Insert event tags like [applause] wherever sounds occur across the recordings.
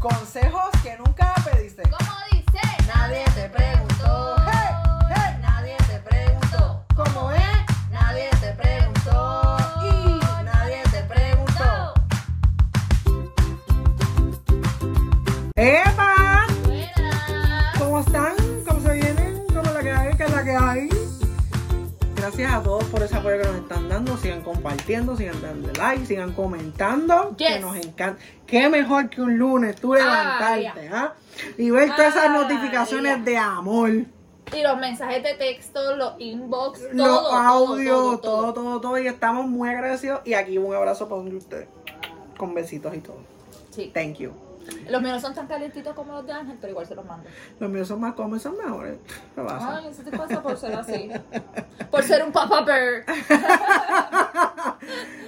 Consejos que nunca pediste. ¿Cómo dice? Nadie te preguntó. Hey, hey. Eh, Nadie te preguntó. ¿Cómo es? Nadie te preguntó. Y nadie te preguntó. ¡Epa! Buenas. ¿Cómo están? ¿Cómo se vienen? ¿Cómo la que hay? ¿Qué es la que hay? Gracias a todos por ese apoyo que nos están dando. Sigan compartiendo, sigan dando like, sigan comentando. Que Yes. nos encanta. Qué mejor que un lunes tú levantarte, ¿ah? Y ver todas esas Ah, notificaciones ya. de amor. Y los mensajes de texto, los inbox, todo. los todo, audios, todo, todo, todo, todo, Y estamos muy agradecidos. Y aquí un abrazo para ustedes. Con besitos y todo. Sí. Thank you. Los míos no son tan calientitos como los de Ángel, pero igual se los mando. Los míos son más cómodos, son mejores. ¿Qué pasa? Ay, eso te pasa por ser así. Por ser un papa bear.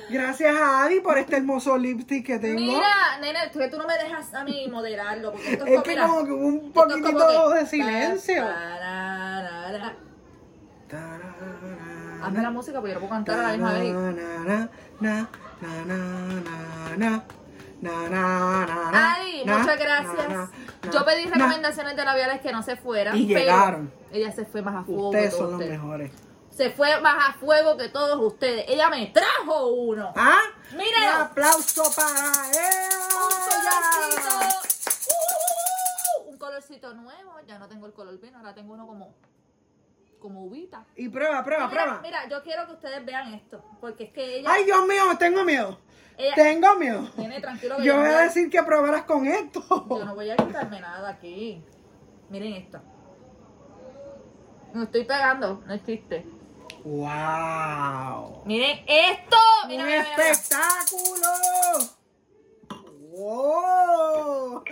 Gracias a Adi por este hermoso lipstick que [laughs] tengo. Mira, nena, tú que tú no me dejas a mí moderarlo. Porque esto es como- que mira, como que hubo un esto es como poquitito que- de silencio. Tararara. Hazme la música porque yo no puedo cantar a la misma vez. Ay, muchas gracias. Yo pedí recomendaciones de labiales que no se fueran. Y pero llegaron. Ella se fue más a fuego. que Ustedes todos son los ustedes. mejores. Se fue más a fuego que todos ustedes. Ella me trajo uno. ¿Ah? Míralo. Un aplauso para Ah, colorcito. ella. Uh, un colorcito nuevo. Ya no tengo el color vino, ahora tengo uno como, como uvita. Y prueba, prueba, Mira, prueba. mira, yo quiero que ustedes vean esto, porque es que ella, Ay, Dios mío, tengo miedo. ella Tengo miedo. tiene tranquilo. que Yo voy no a decir que probaras con esto. yo no voy a quitarme nada aquí. Miren esto. Me estoy pegando, no existe. ¡Wow! Miren esto. Mira, ¡Un mira, mira, mira. espectáculo! ¡Wow!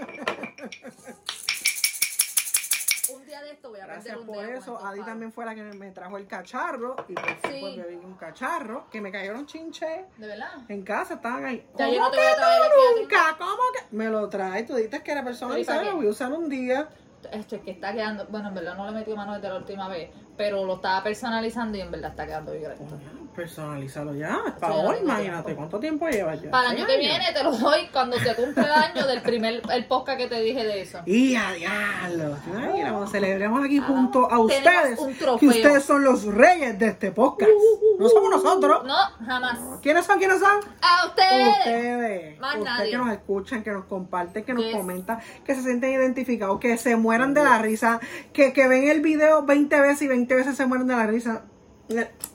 Un día de esto voy a aprender este. Gracias un por dedo con eso. estos Adi palos. también fue la que me trajo el cacharro. Y por supuesto yo vi un cacharro que me cayeron chinches. ¿De verdad? En casa estaban ahí. Ya, yo ¿Cómo no te que voy a traer tú aquí, nunca? ¿Cómo que? Me lo trae. Tú dijiste que era personalizado. ¿Y para qué? Lo voy a usar un día. Esto es que está quedando, bueno, en verdad no le metí mano desde la última vez, pero lo estaba personalizando y en verdad está quedando violento. Personalizalo ya. Por no favor, tengo imagínate. tiempo. ¿Cuánto tiempo llevas ya? Para el año ¿Seis que años? viene te lo doy cuando se cumple el año del primer el podcast que te dije de eso. Y a diablo. Ay, mira, vamos, celebremos aquí junto a ustedes. Ah, un trofeo. Uh, Que ustedes son los reyes de este podcast. No somos nosotros. No, jamás. ¿Quiénes son? ¿Quiénes son? A ustedes. Ustedes. uh. Eh, Más ustedes nadie. que nos escuchan, que nos comparten, que nos Yes. comentan, que se sienten identificados, que se mueran de la risa, que, que ven el video 20 veces y 20 veces se mueren de la risa.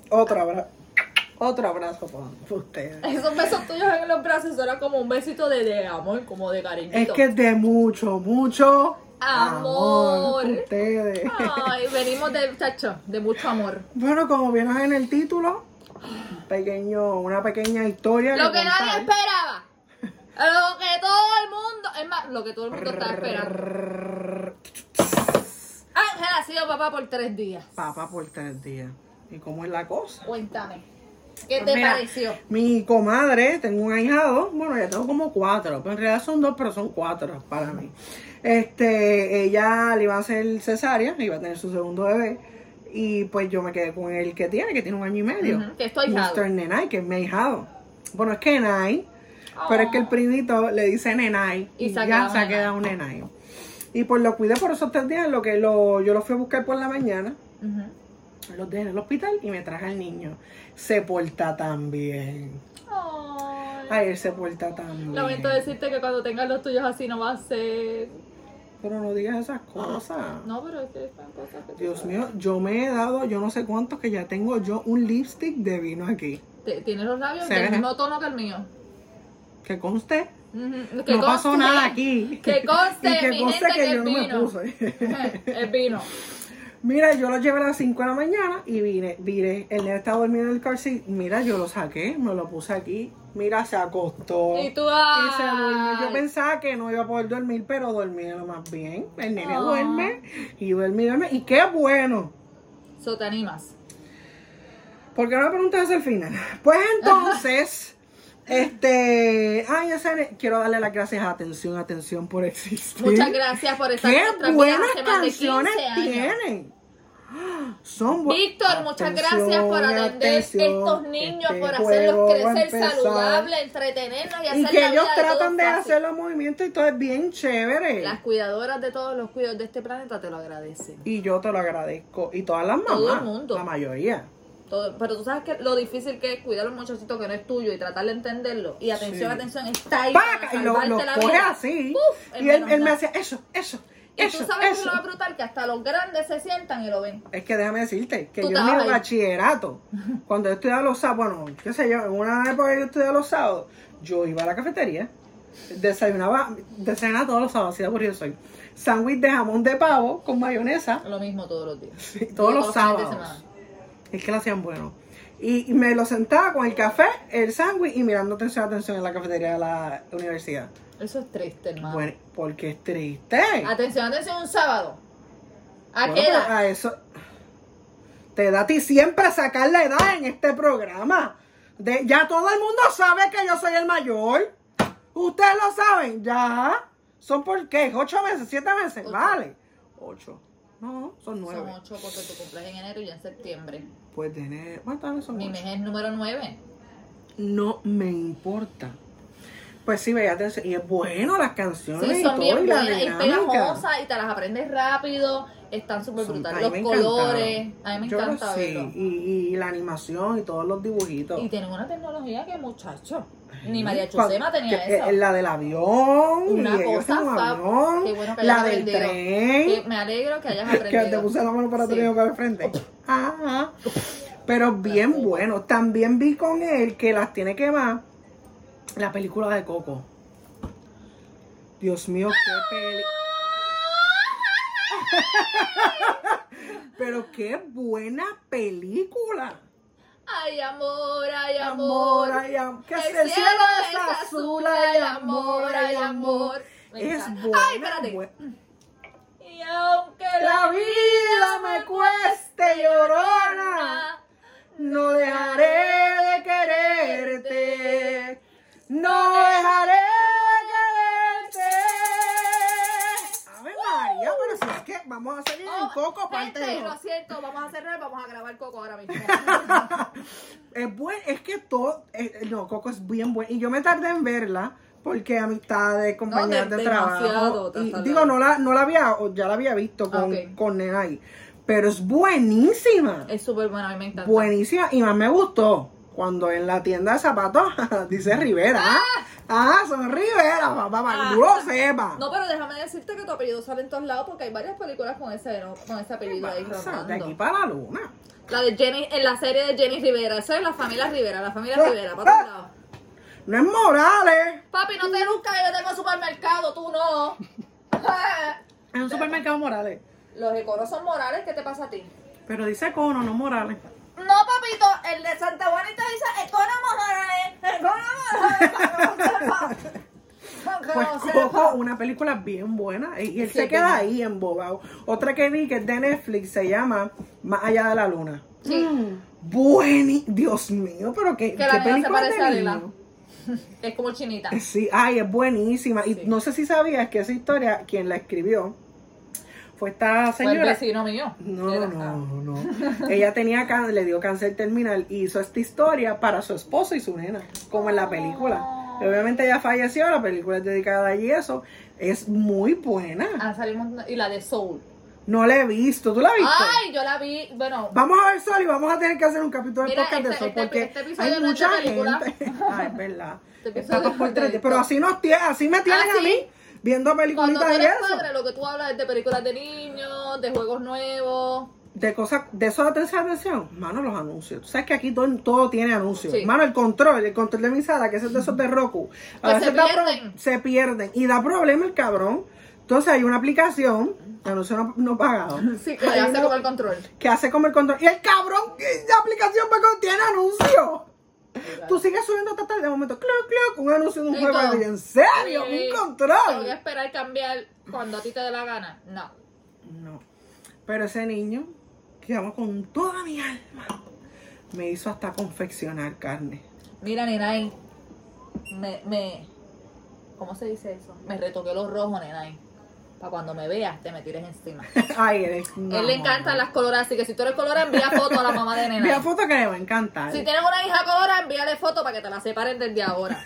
Otro abrazo. Otro abrazo para ustedes. Esos besos tuyos en los brazos era como un besito de, de amor, como de cariñito. Es que es de mucho, mucho Amor. amor ustedes. Ay, venimos de, chacho, de mucho amor. Bueno, como vieron en el título, un pequeño, una pequeña historia. Lo que contar. nadie esperaba. Lo que todo el mundo, es más, lo que todo el mundo estaba esperando. Ángel ha sido papá por tres días. Papá por tres días. ¿Y cómo es la cosa? Cuéntame, ¿qué te Pues mira, pareció? Mi comadre, tengo un ahijado, bueno, ya tengo como cuatro, pero en realidad son dos, pero son cuatro para mí. Este, ella le iba a hacer cesárea, iba a tener su segundo bebé, y pues yo me quedé con el que tiene, que tiene un año y medio. Ujú, que es tu ahijado. Mr. Nenai, que es mi ahijado. Bueno, es que Nenai, pero es que el primito le dice Nenai, Y y, se ha ya quedado se ha Nenai. quedado un Nenai. Y pues lo cuidé por esos tres días, en lo que lo, yo lo fui a buscar por la mañana, Ujú. los dejé en el hospital y me traje al niño. Se porta tan bien. Ay. Ay, él se porta tan bien. Lamento decirte que cuando tengas los tuyos así no va a ser. Pero no digas esas cosas. Ah, No, pero es que son cosas que. Dios mío, yo me he dado, yo no sé cuántos que ya tengo yo un lipstick de vino aquí. Te- Tienes los labios Se del ve. mismo tono que el mío. Que conste, Ujú. no pasó conste- nada aquí. Que [laughs] conste, y que mi conste gente, que, que yo el vino. no me puse. [laughs] [laughs] Es vino. Mira, yo lo llevé a las 5 de la mañana y vine, vine. El nene estaba durmiendo en el car seat. Mira, yo lo saqué, me lo puse aquí. Mira, se acostó. Y tú. ah, Y se durmió. Yo ay. pensaba que no iba a poder dormir, pero dormí de lo más bien. El nene Ah. duerme y duerme y duerme. Y qué bueno. So, te animas. Porque no me preguntas hasta el final. [laughs] Pues [laughs] entonces, este. Ay, ese ne- quiero darle las gracias a Atención, Atención por existir. Muchas gracias por estar Qué nuestras vidas buenas hace más de 15 canciones años. tienen. Son bu- Víctor, muchas Atención, gracias por atender atención, estos niños, este por juego hacerlos va a crecer empezar. saludables, entretenernos y hacer Y la que vida ellos de todos tratan de fácil. hacer los movimientos y todo es bien chévere. Las cuidadoras de todos los cuidados de este planeta te lo agradecen. Y yo te lo agradezco. Y todas las mamás. Todo el mundo. La mayoría. Todo- pero tú sabes que lo difícil que es cuidar a un muchachito que no es tuyo y tratar de entenderlo. Y atención, Sí. atención, está ahí. ¡Paca! para Y lo, salvarte lo la coge vida. así. Uf, es y él, menos él me nada. hacía eso, eso, Y eso, tú sabes que eso. lo va a brutal, que hasta los grandes se sientan y lo ven. Es que déjame decirte que Tú yo en mi estabas ahí. [laughs] bachillerato, cuando yo estudiaba los sábados, bueno, qué sé yo, en una época que yo estudiaba los sábados, yo iba a la cafetería, desayunaba, desayunaba todos los sábados, así de aburrido soy. Sándwich de jamón de pavo con mayonesa, Lo mismo todos los días. sí, todos los fines de sábados. semana. Es que lo hacían bueno. Y, y me lo sentaba con el café, el sándwich y mirando atención a atención en la cafetería de la universidad. Eso es triste, hermano. Bueno, porque es triste. Atención, atención, un sábado. ¿A Bueno, qué pero edad? a eso te da a ti siempre sacar la edad en este programa. De, ya todo el mundo sabe que yo soy el mayor. Ustedes lo saben, ya. ¿Son por qué? ¿Ocho meses? ¿Siete meses? Ocho. Vale. Ocho. No, son nueve. Son ocho porque tu cumpleaños en enero y ya en septiembre. Pues tener. Bueno, también son Mi ocho. mes es número nueve. No me importa. Pues sí, veía atención. Y es bueno las canciones. Sí, y son todo, bien y la buenas y dinámica. pegajosas y te las aprendes rápido. Están súper Son- a brutales. mí Los me colores. A mí me Yo lo encanta sé, verlo. Y, y la animación y todos los dibujitos. Y tienen una tecnología que, muchachos, ni María Cuan- Chusema tenía ¿Mm? que- eso. eh, La del avión, una y ellos cosa en un fab- avión, Qué bueno que hayas la del aprendido. tren, Que me alegro que hayas [laughs] que te aprendido. puse la mano para Sí. atrás y para el frente. Ajá. Pero bien bueno. También vi con él que las tiene que más la película de Coco. Dios mío, ¡Ah! qué peli. [laughs] Pero qué buena película. Ay, amor, ay, amor. Amor, ay, am- que El se cielo es azul, ay, amor, ay, amor. Me Es encanta. buena, Ay, espérate. buena. Y aunque La vida me cueste llorona, llorona, no dejaré de quererte, no dejaré de quererte. Ave María, pero si es que vamos a seguir en Oh, Coco, parte gente, de lo siento, vamos a cerrar, vamos a grabar Coco [laughs] ahora mismo. es, buen- es que todo, eh, no, Coco es bien bueno. Y yo me tardé en verla porque amistades, compañeras de- de, demasiado trabajo. te has y tardado. digo, no la, no la había, o ya la había visto con, Ok. con Nenay, pero es buenísima. es súper bueno, a mí me encanta. Buenísima. Y más me gustó cuando en la tienda de zapatos [laughs] dice Rivera. ¿ah? Ah, son Rivera, papá, para que tú lo sepas. Ah. No, pero déjame decirte que tu apellido sale en todos lados porque hay varias películas con ese, ¿no? con ese apellido ahí Pasa de aquí rondando. para la luna. La de Jenny, en la serie de Jenny Rivera, eso es la familia Rivera, la familia Ah, Rivera, para todos ah. lados. No es Morales. Papi, no te [laughs] luzcas, yo tengo supermercado, tú no. [laughs] Es un supermercado Morales. Los econos son morales, ¿qué te pasa a ti? Pero dice Cono, no Morales. No, papito, el de Santa Juanita dice econo morales, econo morales, Pues para que Coco, lo sepa. una película bien buena. eh, Y y él Sí, se queda bien. ahí embobado. Otra que vi que es de Netflix se llama Más allá de la luna. Sí, Bueni, Dios mío, pero qué, que qué la nena se película parece de a Lela. niño. Eh, Es como chinita. pues, Sí, ay, es buenísima. Y Sí. no sé si sabías que esa historia, quien la escribió, fue esta Fue el señora. vecino mío. No, Era- no, no. Ella tenía can- le dio cáncer terminal y hizo esta historia para su esposo y su nena, como en la película. Ah. Obviamente ella falleció, la película es dedicada a ella y eso. Es muy buena. Ah, salimos, y la de Soul. No la he visto, ¿tú la viste? Ay, yo la vi, bueno, Vamos a ver Sol y vamos a tener que hacer un capítulo de Mira, podcast de este- Sol este- porque este episodio hay no es de mucha película. [laughs] gente. Ay, es verdad. Este episodio Está dos no por es de tres, esto. Pero así, nos tie- así me tienen Ah, a sí. mí viendo Cuando tú peliculitas y eres eso. padre, lo que tú hablas es de películas de niños, de juegos nuevos. De cosas, de eso de atención, atención, mano, los anuncios. Tú sabes que aquí todo, todo tiene anuncios. Sí. Mano, el control, el control de mi sala, que es el de esos de Roku. Pues se da pro- pierden. se pierden. Y da problema el cabrón. Entonces hay una aplicación, anuncio no, no pagado, [laughs] Sí, que le hace como el control. que hace como el control. Y el cabrón, la aplicación para contiene anuncios. Tú sigues subiendo hasta tarde, de momento, cloc, cloc, un anuncio de un Sí, juego. todo. Y yo, en serio, Sí. un Te voy a control. esperar cambiar cuando a ti te dé la gana. No. No. Pero ese niño, que amo con toda mi alma, me hizo hasta confeccionar carne. [laughs] Mira, Nenay. Me, me. ¿Cómo se dice eso? Me retoqué los rojos, Nenay. para cuando me veas te me tires encima. Ay, eres. [laughs] no, Él le encantan no. las coloradas, así que si tú eres colorada, envía foto a la mamá [laughs] de Mira nena. foto que le va a encantar. Si tienes una hija colorada, envíale foto para que te la separen desde ahora.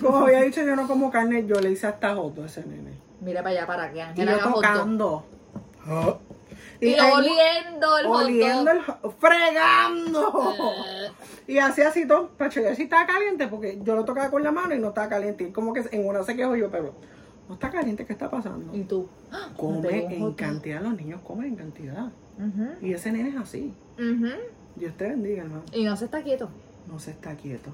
Como había dicho, yo no como carne, yo le hice hasta joto a ese nene. Mira para allá, para que Y Ángela yo haga foto. tocando. Y ahí- oliendo el hot oliendo dog. el hot- fregando. Eh. Y Y así, así todo, para chequear si estaba caliente, porque yo lo tocaba con la mano y no estaba caliente. Y como que en una se quejó yo, pero no está caliente, ¿qué está pasando? tú. ¡Ah! Me Come pegó un en hot dog. cantidad, los niños comen en cantidad. Ujú, Y ese nene es así. ujú. Dios te bendiga, hermano. Y no se está quieto. No se está quieto.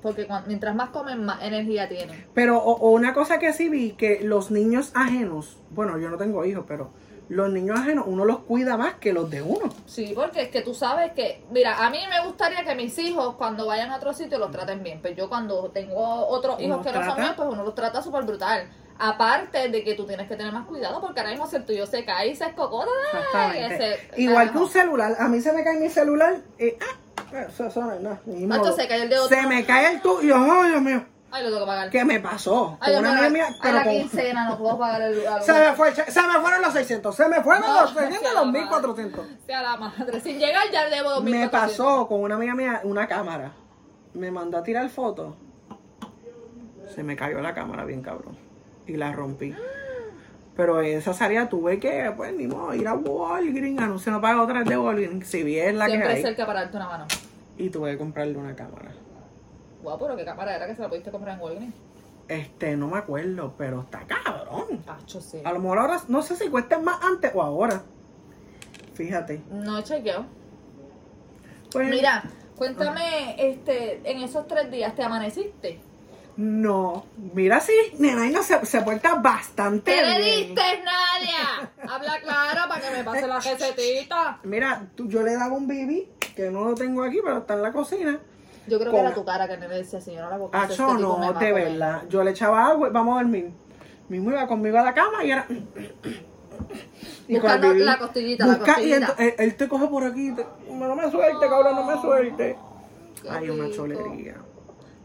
Porque cuan- mientras más comen, más energía tienen. Pero o, o una cosa que sí vi, que los niños ajenos, bueno, yo no tengo hijos, pero los niños ajenos uno los cuida más que los de uno. Sí, porque es que tú sabes que, mira, a mí me gustaría que mis hijos cuando vayan a otro sitio los traten bien, pero yo cuando tengo otros hijos Uno que no son trata- míos, pues uno los trata súper brutal. Aparte de que tú tienes que tener más cuidado, porque ahora mismo si el tuyo se cae y se escocota, Exactamente. ese- Igual ah, que no. un celular. A mí se me cae mi celular. eh, ah, eso, eso no es nada, ni Macho, modo. se cayó el de otro. Se me cae el tuyo. Ay, Dios mío. ay, lo tengo que pagar. ¿Qué me pasó? Con Ay, yo una me amiga voy- mía, ay, pero la con- quincena, no puedo [laughs] pagar el... algo. Se me, fue, el che- se me fueron los 600, se me fueron No, los 600, sea los la 1400. Sea la madre. Sin llegar ya debo 2.400. Me pasó con una amiga mía una cámara. Me mandó a tirar fotos. Se me cayó la cámara bien cabrón. Y la rompí. Pero en esa salida tuve que, pues, ni modo, ir a Walgreens. Anuncio no paga otra de Walgreens. Si bien la Siempre que hay. cerca para darte una mano. Y tuve que comprarle una cámara. Guau, pero qué cámara era que se la pudiste comprar en Walgreens. Este, no me acuerdo, pero está cabrón. Cacho, sí. A lo mejor ahora, no sé si cuesta más antes o ahora. Fíjate. No chequeo. Pues, Mira, cuéntame, este, en esos tres días te amaneciste. No, mira si Nenaina se, se porta bastante ¡Te le bien. diste, Nadia! Habla claro para que me pase la recetita. Mira, tú- yo le daba un bibi, que no lo tengo aquí, pero está en la cocina. Yo creo que Con- era tu cara que me decía, señora, la este boca. Acho, Ah, no, de verdad. Yo le echaba agua y vamos a dormir. Mismo iba conmigo a la cama y era... Y con el Buscando bibi. la costillita, la Busca- costillita. Ah. Y ento- él, él te coge por aquí. y te- no me suelte, cabrón, no me suelte. Qué Hay una rico. cholería.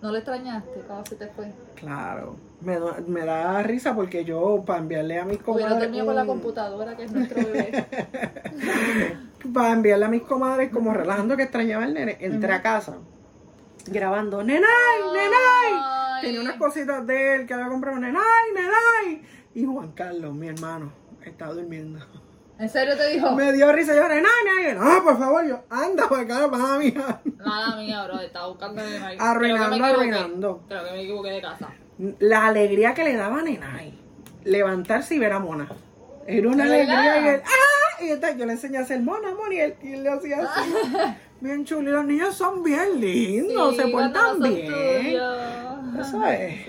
¿No le extrañaste? ¿Cómo se te fue? Claro. Me, da- me da risa porque yo, para enviarle a mis Hubiera comadres. dormido con la un- computadora, que es nuestro bebé. para enviarle a mis comadres como relajando que extrañaba el nene, entré a casa grabando, nenay, nenay. Ay. Tenía unas cositas de él que había comprado, nenay, nenay. Y Juan Carlos, mi hermano, estaba durmiendo. ¿En serio te [laughs] dijo? Me dio risa, yo, nenay, nenay. No, por favor, yo, anda, Juan Carlos, mamá mía. Nada mía, bro, estaba buscando a mi marido. Arruinando, Creo que me equivoqué. arruinando. Creo que me equivoqué de casa. La alegría que le daba a nenay, levantarse y ver a Mona. Era una ¿De verdad? alegría y él, ¡ah! Y entonces yo le enseñé a hacer mona, mona, y él, y él le hacía [laughs] así. Bien chulo, y los niños son bien lindos, se portan bien. Eso es.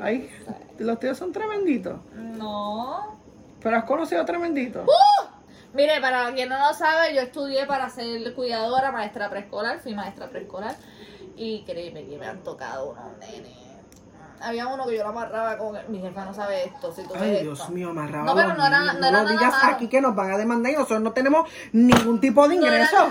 Ay, los tíos son tremenditos. No. Pero has conocido a tremenditos. Uh, Mire, para quien no lo sabe, yo estudié para ser cuidadora, maestra preescolar, fui maestra preescolar. Y créeme que me han tocado unos nenes. Había uno que yo lo amarraba con. Mi jefa no sabe esto, si tú ves Ay, esto. Dios mío, amarraba. No, pero los no era- niños. no era lo nada digas malo. aquí que nos van a demandar y nosotros no tenemos ningún tipo de ingreso. No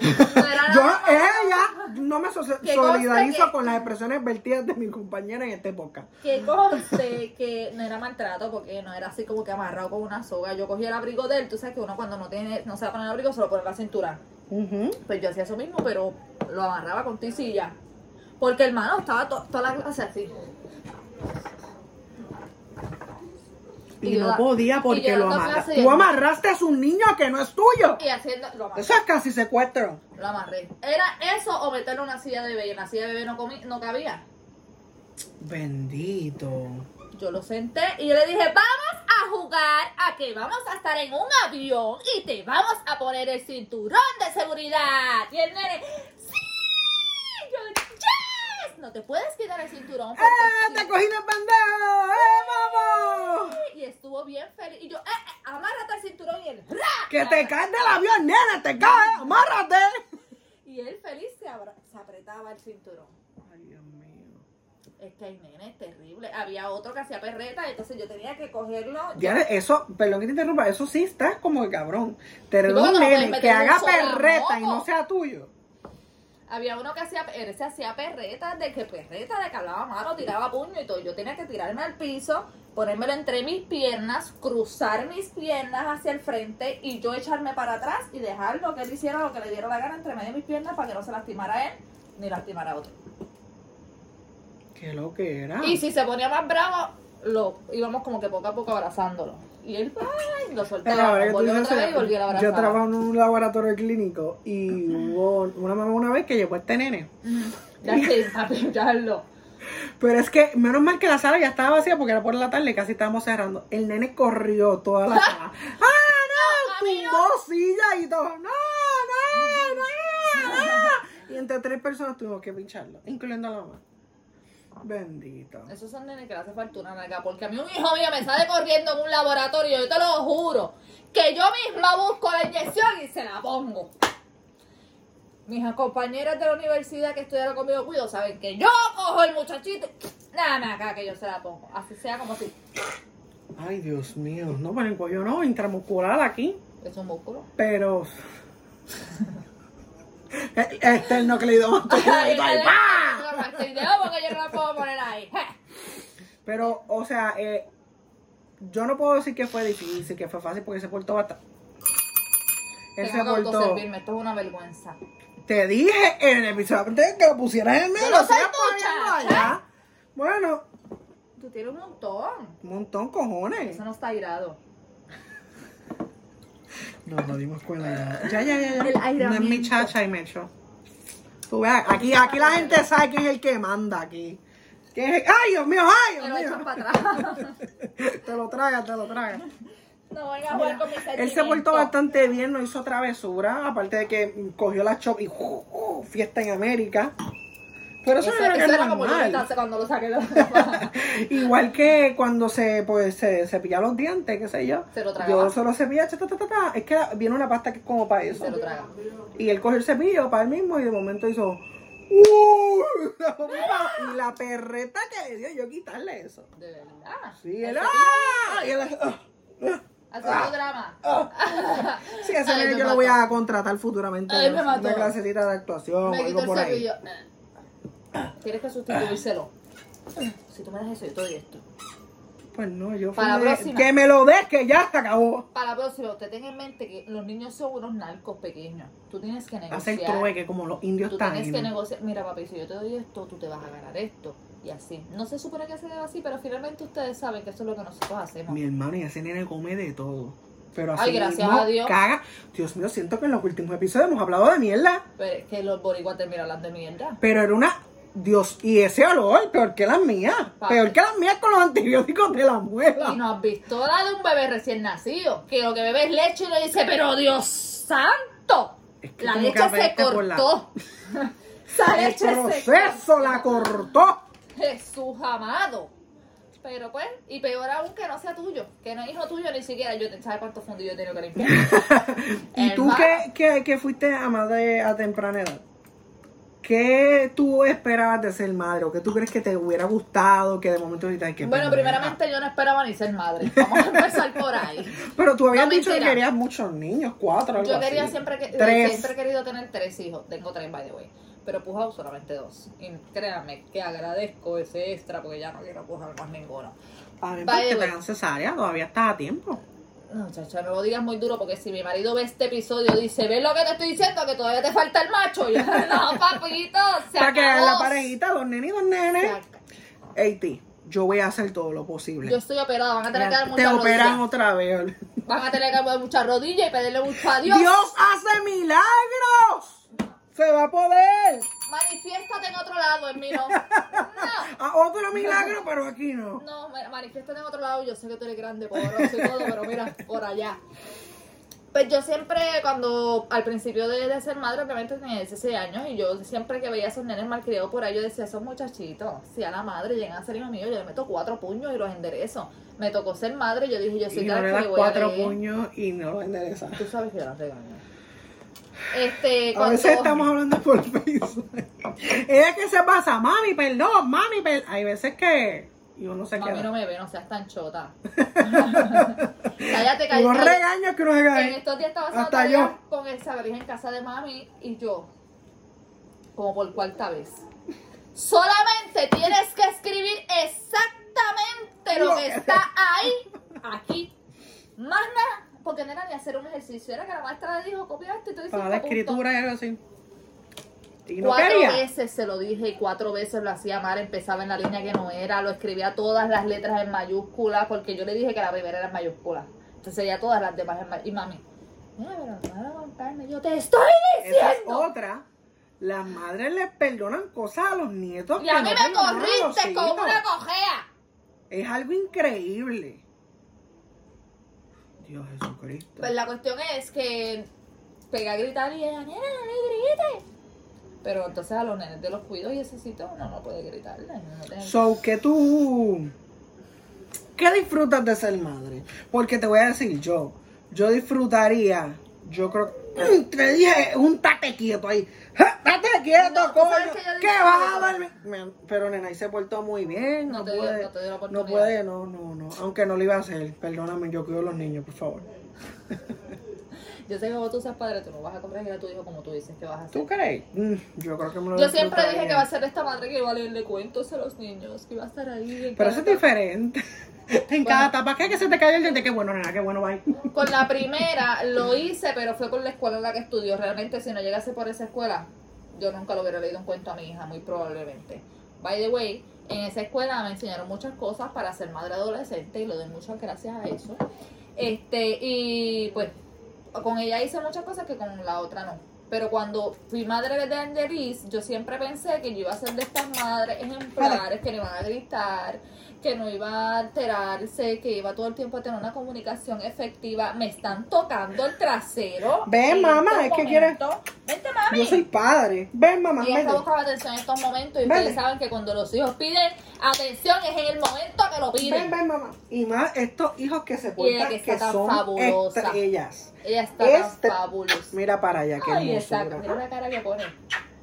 era [laughs] Yo, nada. ella, no me so- Que conste solidarizo que- con las expresiones vertidas de mi compañera en este esta época. Que conste que no era maltrato porque no era así como que amarrado con una soga. Yo cogía el abrigo de él, tú sabes que uno cuando no tiene, no se va a poner el abrigo, se lo pone en la cintura. Pues yo hacía eso mismo, pero lo amarraba con tisilla. Porque hermano estaba to- toda la clase así. Y, Y yo no da- podía y porque yo lo dando amarraste. clase y- Tú amarraste a un niño que no es tuyo. Y haciendo. Lo amarré. Eso es casi secuestro. Lo amarré. Era eso o meterlo en una silla de bebé. Y en la silla de bebé no, comí, no cabía. Bendito. Yo lo senté y yo le dije, vamos a jugar a que vamos a estar en un avión y te vamos a poner el cinturón de seguridad. Y el nene, sí, yo, yes, no te puedes quitar el cinturón. porque ¡Eh, sí". te cogí de pendejo! ¡Eh, vamos! Y estuvo bien feliz. Y yo, eh, eh, amárrate el cinturón y él, ¡ra! ¡Que te caes del avión, nena! ¡Te caes! ¡Amárrate! Y él feliz se, abra- se apretaba el cinturón. Ay, Dios mío. Es que hay nenes terrible. Había otro que hacía perreta, entonces yo tenía que cogerlo. eso, perdón que te interrumpa, eso sí está como el cabrón. Te Sí, porque un no lo puedes nene meter que en un haga solo perreta y moco. no sea tuyo. Había uno que hacía, él se hacía perretas de que perreta, de que hablaba malo, tiraba puño y todo. Yo tenía que tirarme al piso, ponérmelo entre mis piernas, cruzar mis piernas hacia el frente y yo echarme para atrás y dejarlo que él hiciera lo que le diera la gana entre medio de mis piernas para que no se lastimara a él ni lastimara a otro. Qué lo que era. Y si se ponía más bravo, lo íbamos como que poco a poco abrazándolo. Y él ¡ay! lo Pero soltaba, ahora que tú volvió dices otra vez y eso, volvió a abrazar. yo trabajo en un laboratorio clínico y hubo una mamá una vez que llevó a este nene. Ya sé, papi, ya lo. Pero es que, menos mal que la sala ya estaba vacía porque era por la tarde y casi estábamos cerrando. El nene corrió toda [laughs] la sala. ¡Ah, no! Amigo. Tumbó sillas y todo. ¡No, no, no! no! Y entre tres personas tuvimos que pincharlo, incluyendo a la mamá. Bendito. Esos son nenes que le hace falta una nalga, porque a mí un hijo mío me sale corriendo en un laboratorio, yo te lo juro, que yo misma busco la inyección y se la pongo. Mis compañeras de la universidad que estudiaron conmigo, cuido, saben que yo cojo el muchachito, y nada más acá que yo se la pongo, así sea como si Ay, Dios mío. No, pero en cuello no, intramuscular aquí. es un músculo. Pero. Eh, [laughs] este el [laughs] nucleidoma. Ay, ay, ay, ay, ay, ay, porque yo no la puedo poner ahí. Je. Pero, o sea, eh, yo no puedo decir que fue difícil, que fue fácil, porque se portó bastante. Él se Tengo que portó. autoservirme, esto es una vergüenza. Te dije en el episodio anterior que lo pusieras en medio. Yo no soy sigas poniéndolo muchacha. allá. Bueno, Tú tienes un montón, un montón, cojones. eso no está airado. No, no dimos cuenta ya. Ya, ya, ya. El ya. No es mi airamiento. chacha y me echó. Tú veas, aquí, aquí la gente sabe quién es el que manda aquí. ¿Quién es el- ¡Ay, Dios mío! ¡Ay, Me lo Dios echan mío! para atrás. [laughs] Te lo tragas, te lo tragas. No venga a jugar con mis Él se portó bastante bien, no hizo travesura, aparte de que cogió la chop y ¡uh, uh! fiesta en América. Pero eso, Eso, no era, que eso era era como yo normal. ahorita cuando lo saqué de la cama. [laughs] Igual que cuando se pues se cepilla los dientes, qué sé yo. Se lo tragaba. yo solo cepilla, cha, ta, ta, ta, ta. es que viene una pasta que es como para eso. Se lo traga. Y él cogió el cepillo para él mismo y de momento hizo ¡uh! y la perreta que le dio yo quitarle eso. De verdad. Sí, él Eso ¡ah! Y él, ¡ah! Hace un drama. Sí, ese Ay, nene me yo lo mató. voy a contratar futuramente. Ay, me una mató. clasecita de actuación o Me quitó algo por el ahí. cepillo. Tienes que sustituírselo. Si tú me das eso, yo te doy esto. Pues no, yo Para la fui de- próxima. Que me lo des, que ya se acabó. Para la próxima, usted tenga en mente que los niños son unos narcos pequeños. Tú tienes que negociar. Hacer trueque como los indios Tú tienes este que tan negociar. Mira, papi, si yo te doy esto, tú te vas a ganar esto. Y así. No se supone que se deba así, pero finalmente ustedes saben que eso es lo que nosotros hacemos. Mi hermano y ese nene come de todo. Pero así Ay, gracias mismo a Dios. caga. Dios mío, siento que en los últimos episodios hemos hablado de mierda. Pero es que los boricuas terminan hablando de mierda. Pero era una. Dios, y ese olor, peor que las mías. Papi. Peor que las mías con los antibióticos de la muela. Y no has visto la de un bebé recién nacido, que lo que bebe es leche y le dice, pero Dios santo, Es que la como leche que se apesta por la- [laughs] cortó. Esa El leche se proceso la cortó. Jesús amado. Pero pues, y peor aún que no sea tuyo, que no es hijo tuyo ni siquiera yo, ¿sabes cuántos fundos yo he tenido [laughs] que limpiar? ¿Y tú Hermano. que, que, que fuiste a madre a temprana edad? ¿Qué tú esperabas de ser madre? ¿O qué tú crees que te hubiera gustado? Que de momento ahorita hay que... Bueno, primeramente yo no esperaba ni ser madre, vamos a empezar por ahí. Pero tú habías No, dicho que mentira. querías muchos niños, cuatro, [laughs] algo Yo quería así. siempre que Tres. siempre he querido tener tres hijos. Tengo tres by the way. Pero pujado solamente dos. Y créanme que agradezco ese extra porque ya no quiero pujar más ninguno. Paren, By porque the te way. dan cesárea, todavía estás a tiempo. No, chacha, no lo digas muy duro porque si mi marido ve este episodio dice, ¿ves lo que te estoy diciendo? Que todavía te falta el macho. Y yo, [laughs] no, papito, se Para que acabó. la parejita, dos nenes y dos Se nenes. acabó. Ey, yo voy a hacer todo lo posible. Yo estoy operada, van a tener que dar te muchas operan rodillas. otra vez. Van a tener que dar muchas rodillas y pedirle mucho a Dios. Dios. hace milagros. Se va a poder. Manifiéstate en otro lado, en [laughs] mí no. No. A otro milagro, pero aquí no. No, ma- manifiéstate en otro lado. Yo sé que tú eres grande, poderoso y todo, pero mira, por allá. Pues yo siempre, cuando al principio de, de ser madre, obviamente tenía 16 años, y yo siempre que veía a esos nenes malcriados por ahí, yo decía, esos muchachitos, si a la madre llegan a ser hijos míos, yo le meto cuatro puños y los enderezo. Me tocó ser madre, yo dije, yo soy y no de las le que das le voy a cuatro leer. puños y no lo enderezas. Tú sabes que yo las regaño. Este, A cuando- veces estamos hablando por Facebook. [laughs] Ella que se pasa, mami, perdón, mami, perdón. Hay veces que y uno se Mami queda. no me ve, no seas [laughs] tan chota. cállate, cállate. Unos regaños que uno se En este cae. estos días estaba haciendo Hasta tarea yo. con esa virgen en casa de mami y yo. como por cuarta vez. Solamente tienes que escribir exactamente lo que está ahí, aquí. Más nada, porque no era ni hacer un ejercicio, era que la maestra le dijo, copia esto y tú dices, Para la "Apunto". escritura y algo así. Y no cuatro quería. veces se lo dije y cuatro veces lo hacía mal, empezaba en la línea que no era, lo escribía todas las letras en mayúsculas, porque yo le dije que la primera era en mayúsculas. Entonces sería todas las demás en mayúsculas. Y mami, no, pero no vas a aguantarme, yo te estoy Esa es diciendo. otra. Las madres les perdonan cosas a los nietos. Y a que no mí me perdonan a los corriste con hijos. una cojea. Es algo increíble. Dios Jesucristo. Pues la cuestión es que pegué a gritar y ella, nena, no le grite. Pero entonces a los nenes de los cuidos y ese sitio uno no puede gritarle. no tiene- So, que tú. ¿Qué disfrutas de ser madre? Porque te voy a decir yo. Yo disfrutaría. Yo creo. Te dije un tate quieto ahí. ¡Ja! ¡Tate quieto, No, tú coño! sabes que yo ¿Qué disfruto vas a de darme? Me- Pero nena, ahí se portó muy bien. No No, te dio- puede, no te dio la no oportunidad. puede, no, no, no. Aunque no lo iba a hacer. Perdóname, yo cuido a los niños, por favor. Yo sé que vos tú seas padre, tú no vas a corregir a tu hijo como tú dices que vas a hacer. ¿Tú crees? Mm, yo creo que me lo Yo siempre dije disfrutaría. que va a ser esta madre que iba a leerle cuentos a los niños, que iba a estar ahí. en Pero eso cada es diferente. [laughs] en cada Bueno. etapa, ¿qué? Que se te cae el diente. Qué bueno, nena, qué bueno, bye. Con la primera lo hice, pero fue por la escuela en la que estudió. Realmente, si no llegase por esa escuela, yo nunca lo hubiera leído un cuento a mi hija, muy probablemente. By the way, en esa escuela me enseñaron muchas cosas para ser madre adolescente y le doy muchas gracias a eso. Este, y pues, con ella hice muchas cosas que con la otra no. Pero cuando fui madre de Angelis, yo siempre pensé que yo iba a ser de estas madres ejemplares que le iban a gritar, que no iba a alterarse, que iba todo el tiempo a tener una comunicación efectiva. Me están tocando el trasero. Ve, en mamá, estos es que quieres- momentos. Vente, mami. Yo soy padre. Ven, mamá, Y vete. ella buscaba atención en estos momentos y Vale. ustedes saben que cuando los hijos piden atención es en el momento que lo Ven, piden. ven, mamá. Y más estos hijos que se Y ella portan que que, está tan son fabulosa. estrellas. Ella está Este- tan fabulosa. Mira para allá, qué Ay, exacto. Mira hermosura. la cara que pone.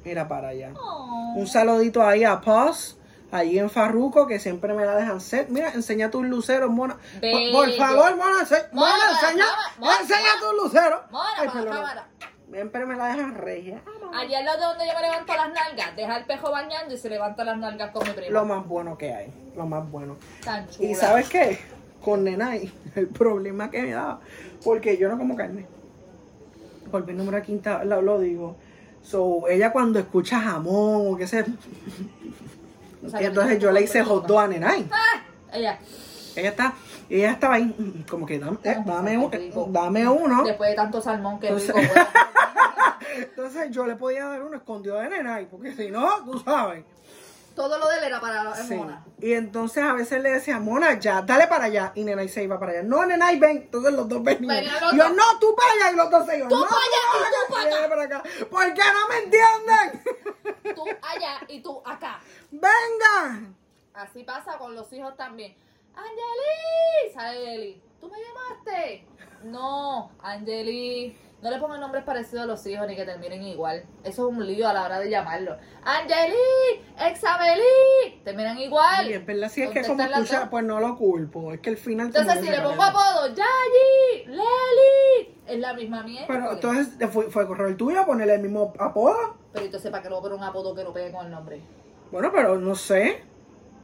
Mira para allá. Oh. Un saludito ahí a Paz, allí en Farruco, que siempre me la dejan set. Mira, enseña tus luceros, mona. Por, Bello. por favor, mona, ense- Mona, mona, para la enseña, cámara, mona, enseña mona. tus luceros. Mona, Ay, para la perdón. cámara. Siempre me la dejan regia. Ah, mamá. Allá al lado de donde yo me levanto las nalgas, deja el pejo bañando y se levanta las nalgas con mi prima. Lo más bueno que hay, lo más bueno. Tan chula. Y sabes qué, con nena y [laughs] el problema que me daba, porque yo no como carne. Por mi número quinta lo, lo digo. So, ella cuando escucha jamón o qué sé. O sea, que que entonces no yo le come hice hot verdura. dog a Nenay. Ah, Ella. Ella está, ella estaba ahí, mm, como que dame, eh, dame, Qué rico. un- dame uno. Después de tanto salmón que Entonces- rico. pues, [laughs] bueno. Entonces yo le podía dar uno escondido de Nenay, porque si no, tú sabes. Todo lo de él era para la Sí. mona. Y entonces a veces le decía, Mona, ya, dale para allá. Y Nenay se iba para allá. No, Nenay, ven. Entonces los dos venían. Venían los yo, dos. no, tú para allá. Y los dos se iban. Tú no, para allá y tú para para Y ella para acá. ¿Por qué no me entienden? Tú allá y tú acá. ¡Vengan! Así pasa con los hijos también. ¡Angeli! Sale Eli. ¿Tú me llamaste? No, Angeli. No le pongan nombres parecidos a los hijos ni que terminen igual. Eso es un lío a la hora de llamarlo. ¡Angeli! ¡Exabeli! Terminan igual. Y es verdad, si es que como Contestan las escucha, dos. pues no lo culpo. Es que el final... como Entonces, que si se le pongo parece. apodo, ¡Yayi! ¡Leli! Es la misma mierda. Pero entonces eh, fue, fue error tuyo ponerle el mismo apodo. Pero entonces, ¿para qué le voy a poner un apodo que no pegue con el nombre? Bueno, pero no sé.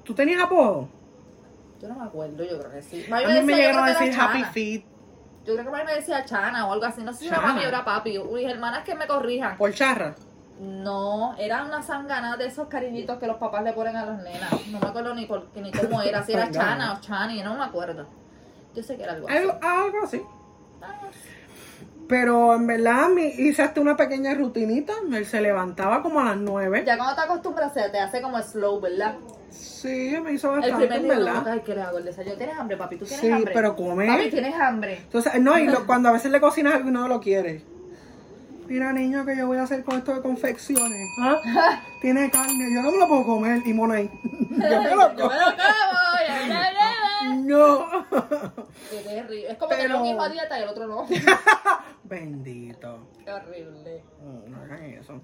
¿Tú tenías apodo? Yo no me acuerdo, yo creo que sí. A Mami mí me decía, yo llegaron a creo que era decir Happy Chana. Feet. Yo creo que mami me decía Chana o algo así. No sé si era Chana. mami o era papi. Mis hermanas que me corrijan. Por charra. No, era una sangana de esos cariñitos que los papás le ponen a las nenas. No me acuerdo ni, por, ni cómo era, [laughs] si era Chana o Chani, no me acuerdo. Yo sé que era algo así. Algo, algo así. Ah, Pero en verdad mi, hice hasta una pequeña rutinita. Él se levantaba como a las nueve. Ya cuando te acostumbras se te hace como slow, ¿verdad? Sí, me hizo El bastante, primer en día ¿eh? como verdad. que, ay, ¿qué le hago? El desayuno, ¿tienes hambre, papi? ¿Tú tienes Sí, hambre? pero come. Papi, ¿tienes hambre? Entonces, no, y lo- [laughs] cuando a veces le cocinas algo y no lo quiere. Mira, niño, que yo voy a hacer con esto de confecciones. [laughs] ¿Ah? Tiene carne, yo no me lo puedo comer. Y Mona ahí. [laughs] yo me [laughs] lo como. Yo me lo como, ya, [laughs] ya, ya. No. Qué terrible. Es como Pero- tener un hijo a dieta y el otro no. Bendito. Qué horrible. No hagan eso.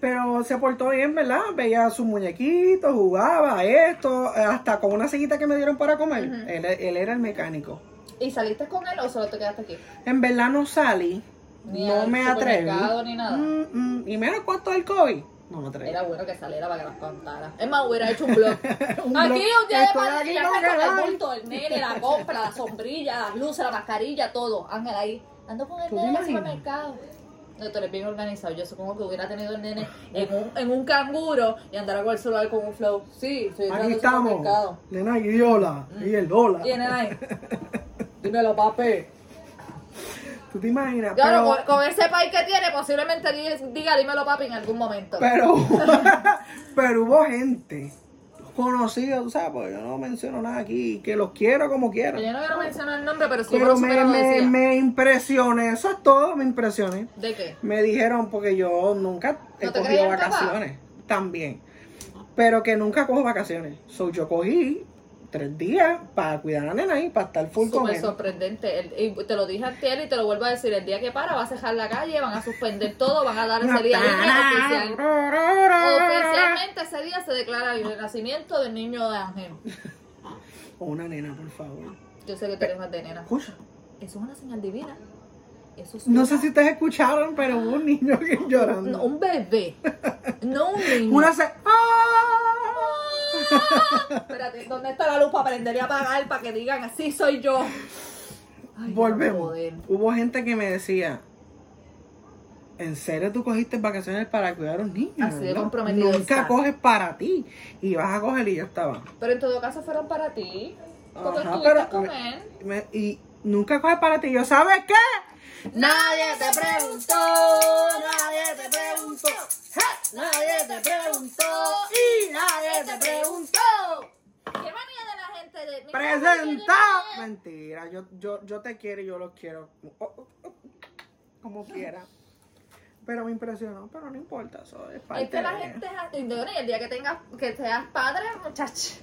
Pero se portó bien, ¿verdad? Veía a sus muñequitos, jugaba esto, hasta con una sillita que me dieron para comer. él, él era el mecánico. ¿Y saliste con él o solo te quedaste aquí? En verdad no salí, ni no al me atreví. supermercado, ni nada. Mm, mm, Y menos cuánto el COVID. No me atreví. Era bueno que saliera para que las contara. Es más, hubiera hecho un blog. [laughs] Un aquí blog. un día de Estoy padre aquí ya con está con el Gerard. bulto, el nene, la compra, la sombrilla, las luces, la mascarilla, todo. Ángel ahí. Ando con el ¿Tú te nene en el imaginas? supermercado. No, tú eres bien organizado. Yo supongo que hubiera tenido [laughs] el nene en un, en un canguro y andara con el celular con un flow. Sí, estoy entrando Aquí al estamos. supermercado. Mm. Nena y hola. Y el hola. Y el nene [laughs] ahí. Dímelo, papi. ¿Tú te imaginas? Claro, Pero- con, con ese país que tiene, posiblemente di- diga dímelo, papi, en algún momento. Pero, [laughs] pero hubo gente conocida, tú sabes, porque yo no menciono nada aquí, que los quiero como quiero. Yo no quiero mencionar el nombre, pero sí Pero por me, lo me, decía. me impresioné, eso es todo, me impresioné. ¿De qué? Me dijeron, porque yo nunca he ¿No te cogido creían, papá? vacaciones, también, pero que nunca cojo vacaciones. So, yo cogí tres días para cuidar a la nena y para estar full con Súper él. sorprendente. El- y te lo dije antes y te lo vuelvo a decir. El día que para, va a cerrar la calle, van a suspender todo, van a dar ese día libre oficial. Oficialmente ese día se declara el nacimiento del niño de Ángel. Una nena, por favor. Yo sé que tú eres más de nena. Escucha. Eso es una señal divina. Eso es No sé si ustedes escucharon, pero hubo un niño [laughs] que- llorando. No, un bebé. No un niño. Una se... ¡Ah! Espérate, ¿dónde está la luz para aprender y apagar para que digan así soy yo? Ay, Volvemos. joder. Hubo gente que me decía, ¿en serio tú cogiste vacaciones para cuidar a un niño? Así de verdad? comprometido Nunca está". coges para ti. Y vas a coger y yo estaba. Pero en todo caso fueron para ti. Porque Ajá, estuviste pero- eh, con él. Me- y nunca coges para ti. Yo, ¿sabes qué? Nadie te preguntó, nadie te preguntó, ¡Ja! nadie te preguntó y nadie te preguntó. ¿Qué manía de la gente de.? Presentado. Mentira, yo, yo, yo te quiero y yo los quiero. Oh, oh, oh, Como quiera. Pero me impresionó, pero no importa, eso es parte Es que la de- gente es así. Bueno, y el día que tengas, que seas padre, muchacho.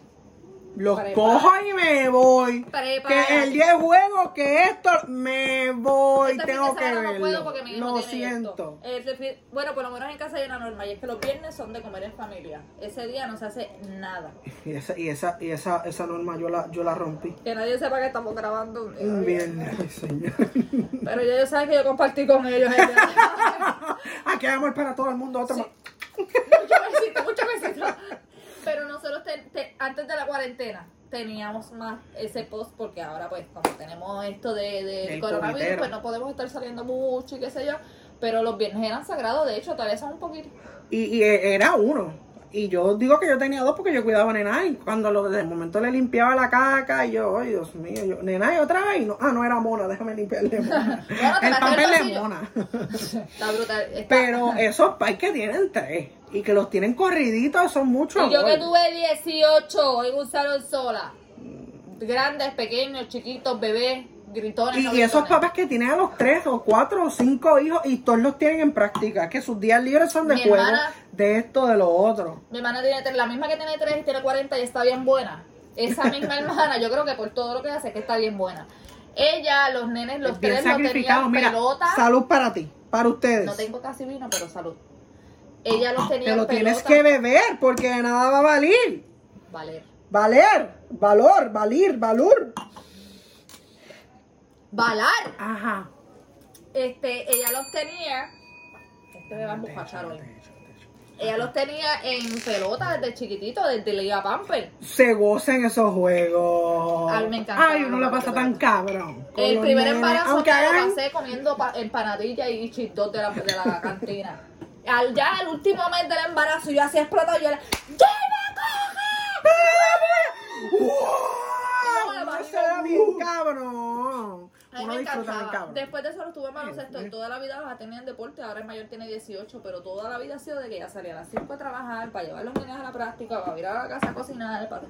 Los Prepárate. cojo y me voy. Prepárate. Que el 10 juego, que esto, me voy. Este fin tengo de que semana verlo. No puedo porque mi hijo Lo tiene siento. esto. Este fin- bueno, por lo menos en casa hay una norma y es que los viernes son de comer en familia. Ese día no se hace nada. Y esa, y esa, y esa, esa norma yo la, yo la rompí. Que nadie sepa que estamos grabando un día. Bien, ay, señor. [laughs] Pero ya ellos saben que yo compartí con ellos. el día. Aquí amor para todo el mundo. Otro más. Mucho besito, mucho besito. Pero nosotros te- te- antes de la cuarentena teníamos más ese post porque ahora pues como tenemos esto de, de Del coronavirus, comitero. pues no podemos estar saliendo mucho y qué sé yo. Pero los viernes eran sagrados, de hecho, todavía son un poquito. Y, y e- era uno. Y yo digo que yo tenía dos porque yo cuidaba a Nenay. Cuando lo, desde el momento le limpiaba la caca, y yo, ay, Dios mío, yo, Nenay otra vez. Y no, ah, no era mona, déjame limpiarle mona. [laughs] Bueno, te el la saco papel del de bolsillo. mona. Está brutal. está- [laughs] Pero esos pais que tienen tres y que los tienen corriditos son muchos. Y yo que gol. tuve 18 en un salón sola. Grandes, pequeños, chiquitos, bebés, gritones. Y, no y esos gritones. papás que tienen a los tres o cuatro o cinco hijos y todos los tienen en práctica, que sus días libres son de Mi juego, hermana- de esto, de lo otro. Mi hermana tiene tres, la misma que tiene tres y tiene 40 y está bien buena. [laughs] Esa misma hermana, yo creo que por todo lo que hace, que está bien buena. Ella, los nenes, los Es bien tres no sacrificado. tenían Mira, pelota. salud para ti, para ustedes. No tengo casi vino, pero salud. Ella los tenía Ah, Te lo tienes pelota. que beber porque de nada va a valer. Valer. Valer, valor, valir, valor. Valar. Ajá. Este, ella los tenía. Este me va a emborrachar hoy. Ella los tenía en pelota desde chiquitito, desde la Liga Pamper. Se gozan esos juegos. Ay, me encanta. Ay, uno la pasa tan cabrón. con El los primer nenes. embarazo Aunque me lo hagan- pasé comiendo pa- empanadillas y chitos de la, de la cantina. Al, ya el último mes del embarazo yo así explotado, yo era ¡Ya ¡Wow! Uno se da bien cabrón. A mí Uno me disfruta bien encantaba. cabrón. Después de eso los tuve en baloncesto y toda la vida los tenía en deporte. Ahora el mayor tiene 18, pero toda la vida ha sido de que ella salía a las 5 a trabajar, para llevar los niños a la práctica, para ir a la casa a cocinar, para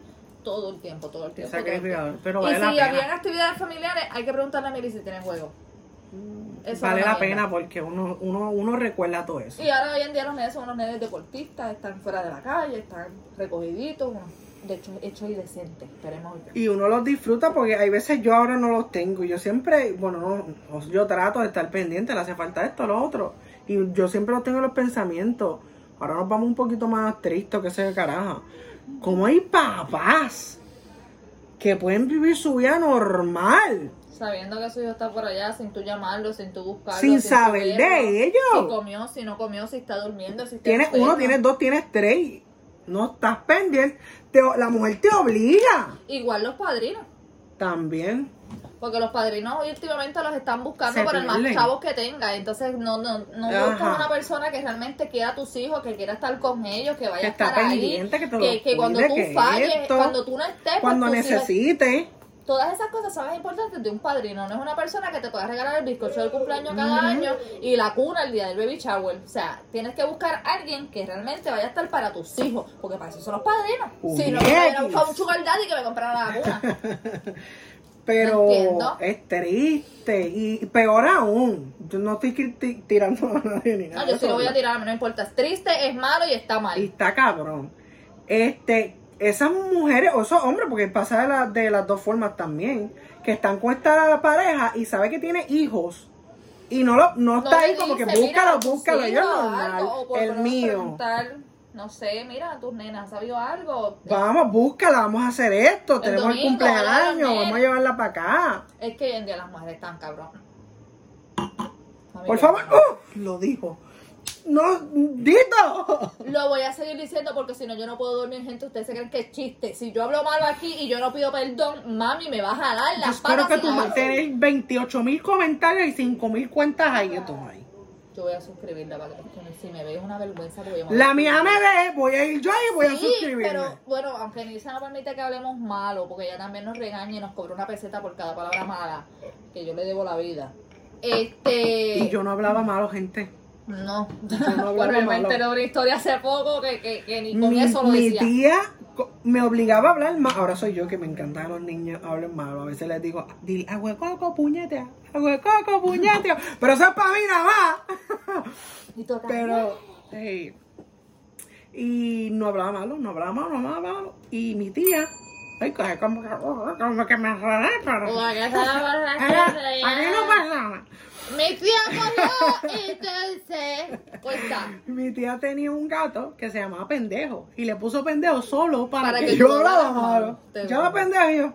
todo el tiempo, todo el Te tiempo. todo el tiempo. sacrificado, pero y vale si la pena. habían actividades familiares, hay que preguntarle a Miri si tiene juego. Eso Mm, vale no la había. pena porque uno, uno, uno recuerda todo eso. Y ahora hoy en día los nenes son unos nenes deportistas, están fuera de la calle, están recogiditos, unos de hecho hechos y decentes, esperemos yo. Y uno los disfruta porque hay veces yo ahora no los tengo. Yo siempre, bueno, no, no, yo trato de estar pendiente, le hace falta esto, lo otro. Y yo siempre los tengo en los pensamientos. Ahora nos vamos un poquito más tristes, que sé yo, carajo. Como hay papás que pueden vivir su vida normal. Sabiendo que su hijo está por allá, sin tú llamarlo, sin tú buscarlo. Sin saber saberlo, de ello. Si comió, si no comió, si está durmiendo, si está Tienes uno, enfermo. tienes dos, tienes tres. No estás pendiente. Te- la mujer te obliga Igual los padrinos. también. Porque los padrinos hoy últimamente los están buscando Se para el más pierden. chavos que tenga. Entonces no, no, no Ajá. buscas una persona que realmente quiera a tus hijos, que quiera estar con ellos, que vaya Que a está estar ahí. pendiente, que te que, los que cuando cuide, tú que falles, esto, cuando tú no estés, pues Cuando tus hijos- necesites. Todas esas cosas son las importantes de un padrino. No es una persona que te pueda regalar el bizcocho del cumpleaños cada año y la cuna el día del baby shower. O sea, tienes que buscar a alguien que realmente vaya a estar para tus hijos, porque para eso son los padrinos. Si no, me Juguetes. hubiera buscado un sugar daddy que me comprara la [laughs] cuna. Pero Entiendo. es triste. Y peor aún, yo no estoy cri- tirando a nadie ni nada. No, yo sí lo voy a ¿verdad? tirar, a mí no importa. Es triste, es malo y está mal. Y está cabrón. Este, esas mujeres, o esos hombres, porque pasa de, la- de las dos formas también, que están con esta pareja y sabe que tiene hijos. Y no, lo, no, está le ahí como que dice, mira, búscalo, tus búscalo. Yo hijos, normal, algo, o por lo el menos mío. preguntar, no sé, mira, a tus nenas, ¿has sabido algo? Vamos, búscala, vamos a hacer esto. El Tenemos el domingo, cumpleaños, vamos a vamos a llevarla para acá. Es que hoy en día las mujeres están cabrón. Por favor, ¡Uh! lo dijo. No, Dito. Lo voy a seguir diciendo porque si no yo no puedo dormir, gente. Ustedes se creen que es chiste. Si yo hablo malo aquí y yo no pido perdón, mami, me vas a dar Yo las Pues espero patas que y tú la- tenés 28 mil comentarios y 5 mil cuentas ahí que tú hay. Yo voy a suscribirla para que si me veis una vergüenza porque yo me voy a La mía me ve, voy a ir yo ahí y voy a Sí, suscribirme. pero bueno, aunque Nisa no permite que hablemos malo, porque ella también nos regaña y nos cobra una peseta por cada palabra mala, que yo le debo la vida. Este. Y yo no hablaba malo, gente. No, [laughs] no hablaba Bueno, yo me malo. enteré de una historia hace poco que, que, que ni con Mi, eso lo mi decía. tía co- me obligaba a hablar mal. Ahora soy yo que me encanta que los niños hablen malo. A veces les digo, dile, agüecoco, puñetea, agüecoco, puñetea. Pero eso es para mí nada más. Y total, Pero, eh, y no hablaba malo, no hablaba malo, no hablaba malo. Y mi tía, ay, que- como que, oh, como que me enredé, pero... Uy, que se la barra Ahora, se a mí no llama. pasa nada. Mi tía corrió y entonces. Pues está. Mi tía tenía un gato que se llamaba Pendejo y le puso Pendejo solo para, Para que, que yo tú hablaba hablaras malo. malo. Te Yo era veo. pendejo y yo.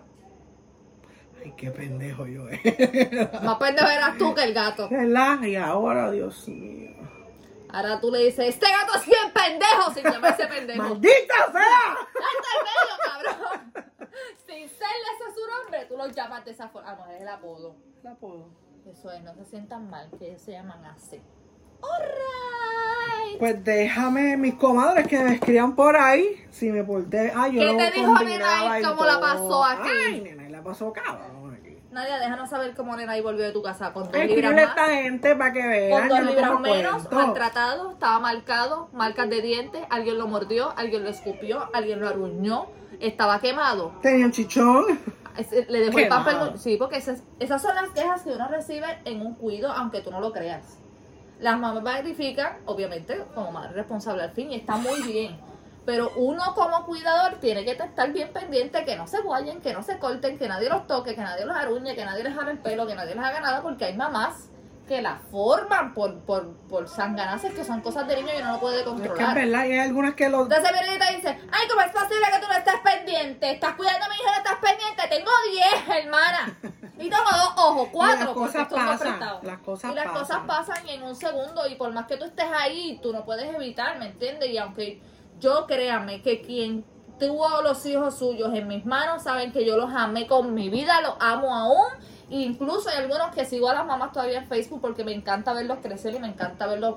Ay, qué pendejo yo era. [laughs] Más pendejo eras tú que el gato. ¿Verdad? Y ahora, Dios mío. Ahora tú le dices: Este gato es bien pendejo sin llamarse pendejo. ¡Maldita sea! ¡Hasta el medio, cabrón! Sin serle ese su nombre, tú los llamas de esa forma. Ah, no, es el apodo. La puedo. Eso es, no se sientan mal, que ellos se llaman así. ¡Alright! Pues déjame mis comadres que me escriban por ahí. Si me porté. Ay, yo ¿Qué lo te dijo combinaba Nenay? y ¿Cómo la todo. pasó aquí? Ay, nena, la pasó cabrón aquí. Nadia, déjanos saber cómo Nena y volvió de tu casa con dos libras Escribe a más. esta gente para que vean. Con dos yo no libras como menos, cuento. maltratado, estaba marcado, marcas de dientes, alguien lo mordió, alguien lo escupió, alguien lo arruñó, estaba quemado. Tenía un chichón. Ese- Le dejó Quemado. el papel. Sí, porque esas, esas son las quejas que uno recibe en un cuido, aunque tú no lo creas. Las mamás verifican, obviamente, como madre responsable al fin, y está muy bien. Pero uno como cuidador tiene que estar bien pendiente que no se guayen, que no se corten, que nadie los toque, que nadie los aruñe, que nadie les haga el pelo, que nadie les haga nada, porque hay mamás que la forman por, por, por sanganaces que son cosas de niño y uno no puede Es que es controlar. verdad, y hay algunas que lo. Entonces viene y te dice, ay, ¿cómo es posible que tú no estés pendiente? Estás cuidando a mi hija, no estás pendiente. Tengo 10, hermana. Y tengo dos ojos, cuatro. las porque cosas esto es pasan, apretado. las cosas y las cosas pasan. pasan en un segundo. Y por más que tú estés ahí, tú no puedes evitar, ¿me entiendes? Y aunque yo créame que quien tuvo los hijos suyos en mis manos, saben que yo los amé con mi vida, los amo aún. E Incluso hay algunos que sigo a las mamás todavía en Facebook porque me encanta verlos crecer y me encanta verlos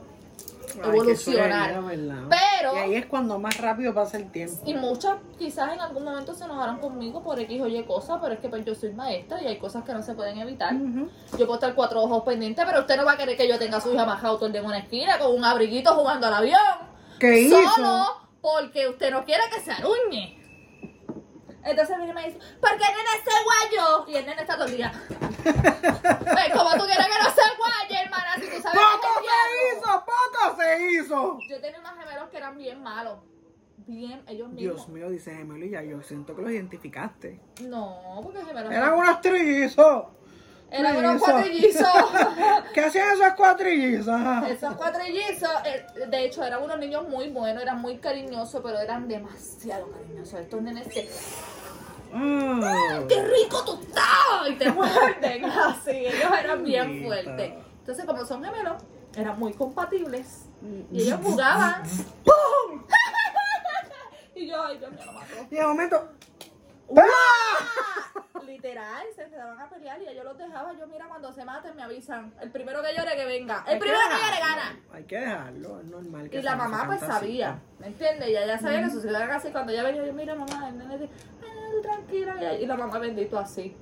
Ay, evolucionar. qué sueño, ¿verdad? Pero- Y ahí es cuando más rápido pasa el tiempo. Y muchas quizás en algún momento se enojaron conmigo por X o Y cosas, pero es que pues, yo soy maestra y hay cosas que no se pueden evitar. Ujú. Yo puedo estar cuatro ojos pendientes, pero usted no va a querer que yo tenga a su hija majado todo el día en una esquina con un abriguito jugando al avión. ¿Qué Solo hizo? porque usted no quiere que se aruñe. Entonces viene y me dice, ¿por qué el nene se guayo? Y el nene está [laughs] todo el día. Pues, como tú quieres que no se guaye, hermana, si tú sabes que ¡Poco es se el diablo. hizo! ¡Poco se hizo! Yo tenía unos gemelos que eran bien malos. Bien, ellos mismos. Dios mío, dice Gemelo, y ya yo siento que lo identificaste. No, porque gemelos. Eran unos [laughs] trillizos. Eran unos Trillizos. cuatrillizos. [laughs] ¿Qué hacían esos cuatrillizos? Ajá. Esos cuatrillizos, eh, de hecho, eran unos niños muy buenos, eran muy cariñosos, pero eran demasiado cariñosos. Estos nenes que. Ah. ¡Qué rico tú estabas! no, y te [laughs] muerden así. Ellos eran bien Mira. fuertes. Entonces, como son gemelos, eran muy compatibles. Y [laughs] ellos jugaban. [laughs] y yo, ay, Dios mío, lo [laughs] mató. Y de momento. ¡Pah! Literal, se empezaban a pelear y yo los dejaba. Yo, mira, cuando se maten, me avisan. El primero que llore, que venga. El primero que llore, gana. Hay que dejarlo, es normal. que Y la sea mamá pues fantasista. sabía, ¿me entiendes? Y ella sabía que sus hijos eran así. Cuando ella venía, yo, mira mamá, el nene dice, "Ay, no, tranquila. Y- Y la mamá bendito así,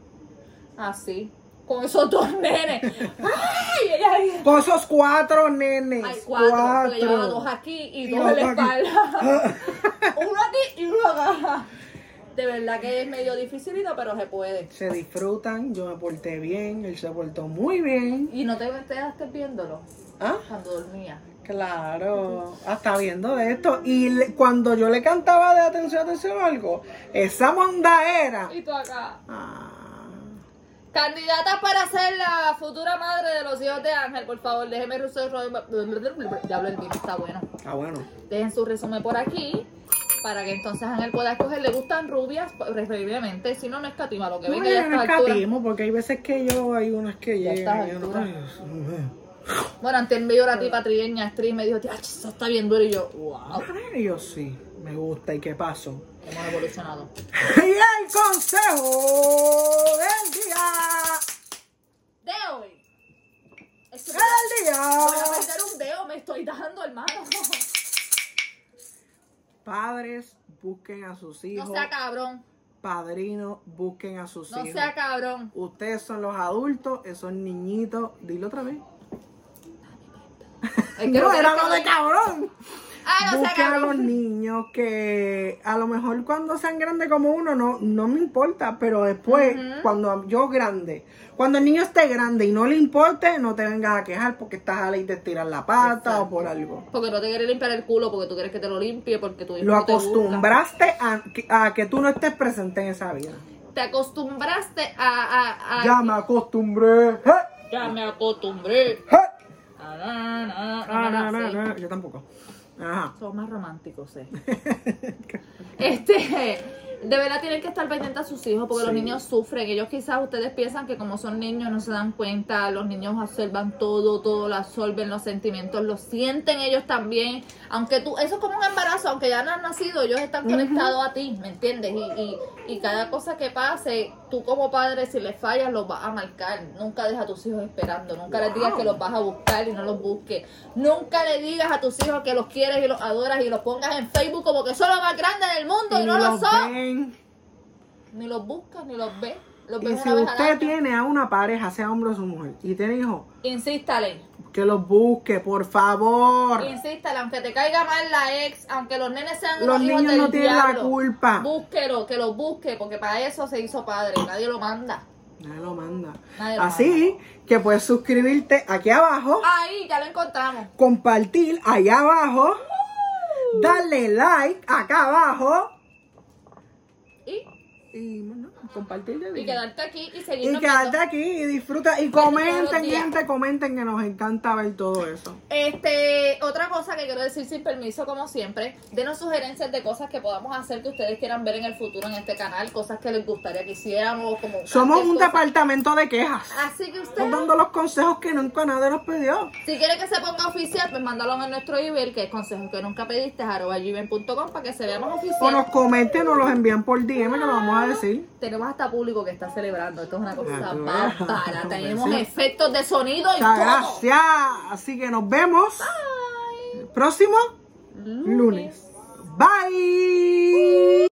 así, con esos dos nenes. ¡Ay! Y ella ahí, Con esos cuatro nenes. hay cuatro, porque llevaba dos aquí y, dos en dos la aquí. espalda. [laughs] uno aquí y uno acá. De verdad que es medio dificilito, pero se puede. Se disfrutan, yo me porté bien, él se portó muy bien. Y no te estés viéndolo ¿Ah? cuando dormía. Claro, hasta viendo esto. Y le- cuando yo le cantaba de atención, atención algo, esa monda era. Y tú acá. Ah, Candidatas para ser la futura madre de los hijos de Ángel, por favor, déjeme Russell Roy- Ya hablo en ti, está bueno. está bueno. Dejen su resumen por aquí para que entonces Ángel pueda escoger. Le gustan rubias, pues, preferiblemente, si no, no escatima lo que No, venga ya yo no a esta altura. escatimo, porque hay veces que yo, hay unas que Ya a llegan. estas yo no- ay, alturas. eso- Bueno, antes me dio la tipa trigueña actriz y me dijo, tía, eso está bien duro. Y yo, wow, Ay, yo sí, me gusta. ¿Y qué pasó? [laughs] hemos evolucionado. Y el consejo del día. De hoy. Es que El voy a día. perder un dedo, me estoy dando, hermano. Padres, busquen a sus [laughs] No hijos. sea cabrón, Padrinos, busquen a sus no hijos. sea cabrón. Ustedes son los adultos, esos niñitos. Dilo otra vez. Es que no, tienes era que lo de ver. cabrón. Ah, no sea Busquen a los cabrón. niños que a lo mejor cuando sean grandes como uno no, no me importa, pero después, cuando yo grande, cuando el niño esté grande y no le importe, no te vengas a quejar porque estás a ley de estirar la pata o por algo. Porque no te quieres limpiar el culo, porque tú quieres que te lo limpie, porque tu hijo Lo no te gusta. acostumbraste a, que- a que tú no estés presente en esa vida. Te acostumbraste a. a, a- Ya me acostumbré. ¡Eh! Ya me acostumbré. ¡Eh! Ah, na, na, Ah, na, no, no, sí. no, yo tampoco. Ajá. Son más románticos, eh. Este, de verdad tienen que estar pendientes a sus hijos porque los niños sufren. Ellos quizás ustedes piensan que como son niños no se dan cuenta, los niños absorban todo, todo lo absorben, los sentimientos los sienten ellos también. Aunque tú, eso es como un embarazo, aunque ya no han nacido, ellos están conectados a ti, ¿me entiendes? Y, y, y cada cosa que pase, tú como padre, si les fallas, los vas a marcar. Nunca deja a tus hijos esperando, nunca les digas Wow. que los vas a buscar y no los busques. Nunca le digas a tus hijos que los quieres y los adoras y los pongas en Facebook como que son los más grandes del mundo y, no lo los son. ven. Ni los buscas, ni los ves. Los Y ves si una vez al usted año. tiene a una pareja, sea hombre o su mujer, y tiene hijos, Insístale, que los busque, por favor. insístale, aunque te caiga mal la ex, aunque los nenes sean Los unos hijos niños del no tienen la diablo, culpa. Búsquelo, que los busque, porque para eso se hizo padre, nadie lo manda. Nadie lo manda. Nadie lo Así que puedes suscribirte aquí abajo, Ahí, ya lo encontramos. compartir allá abajo, darle like acá abajo Y, y bueno, compartir de y vida. quedarte aquí y Y seguirnos quedarte viendo. aquí y disfruta y todos los comenten, días. gente, comenten que nos encanta ver todo eso. Este, otra cosa que quiero decir sin permiso, como siempre, denos sugerencias de cosas que podamos hacer que ustedes quieran ver en el futuro en este canal, cosas que les gustaría que hiciéramos, como Somos un cualquier cosa. departamento de quejas. Así que ustedes, Estamos dando los consejos que nunca nadie nos pidió. si quieren que se ponga oficial, pues mándalo a nuestro email, que es consejos que nunca pediste, arroba gmail.com, para que se vea más O oficial. nos comenten o los envían por DM que lo vamos a decir. Tenemos hasta público que está celebrando, esto es una cosa Ah, tú veas. [laughs] bárbara, tenemos Sí. efectos de sonido y Muchas todo. gracias. Así que nos vemos. Próximo lunes. Bye.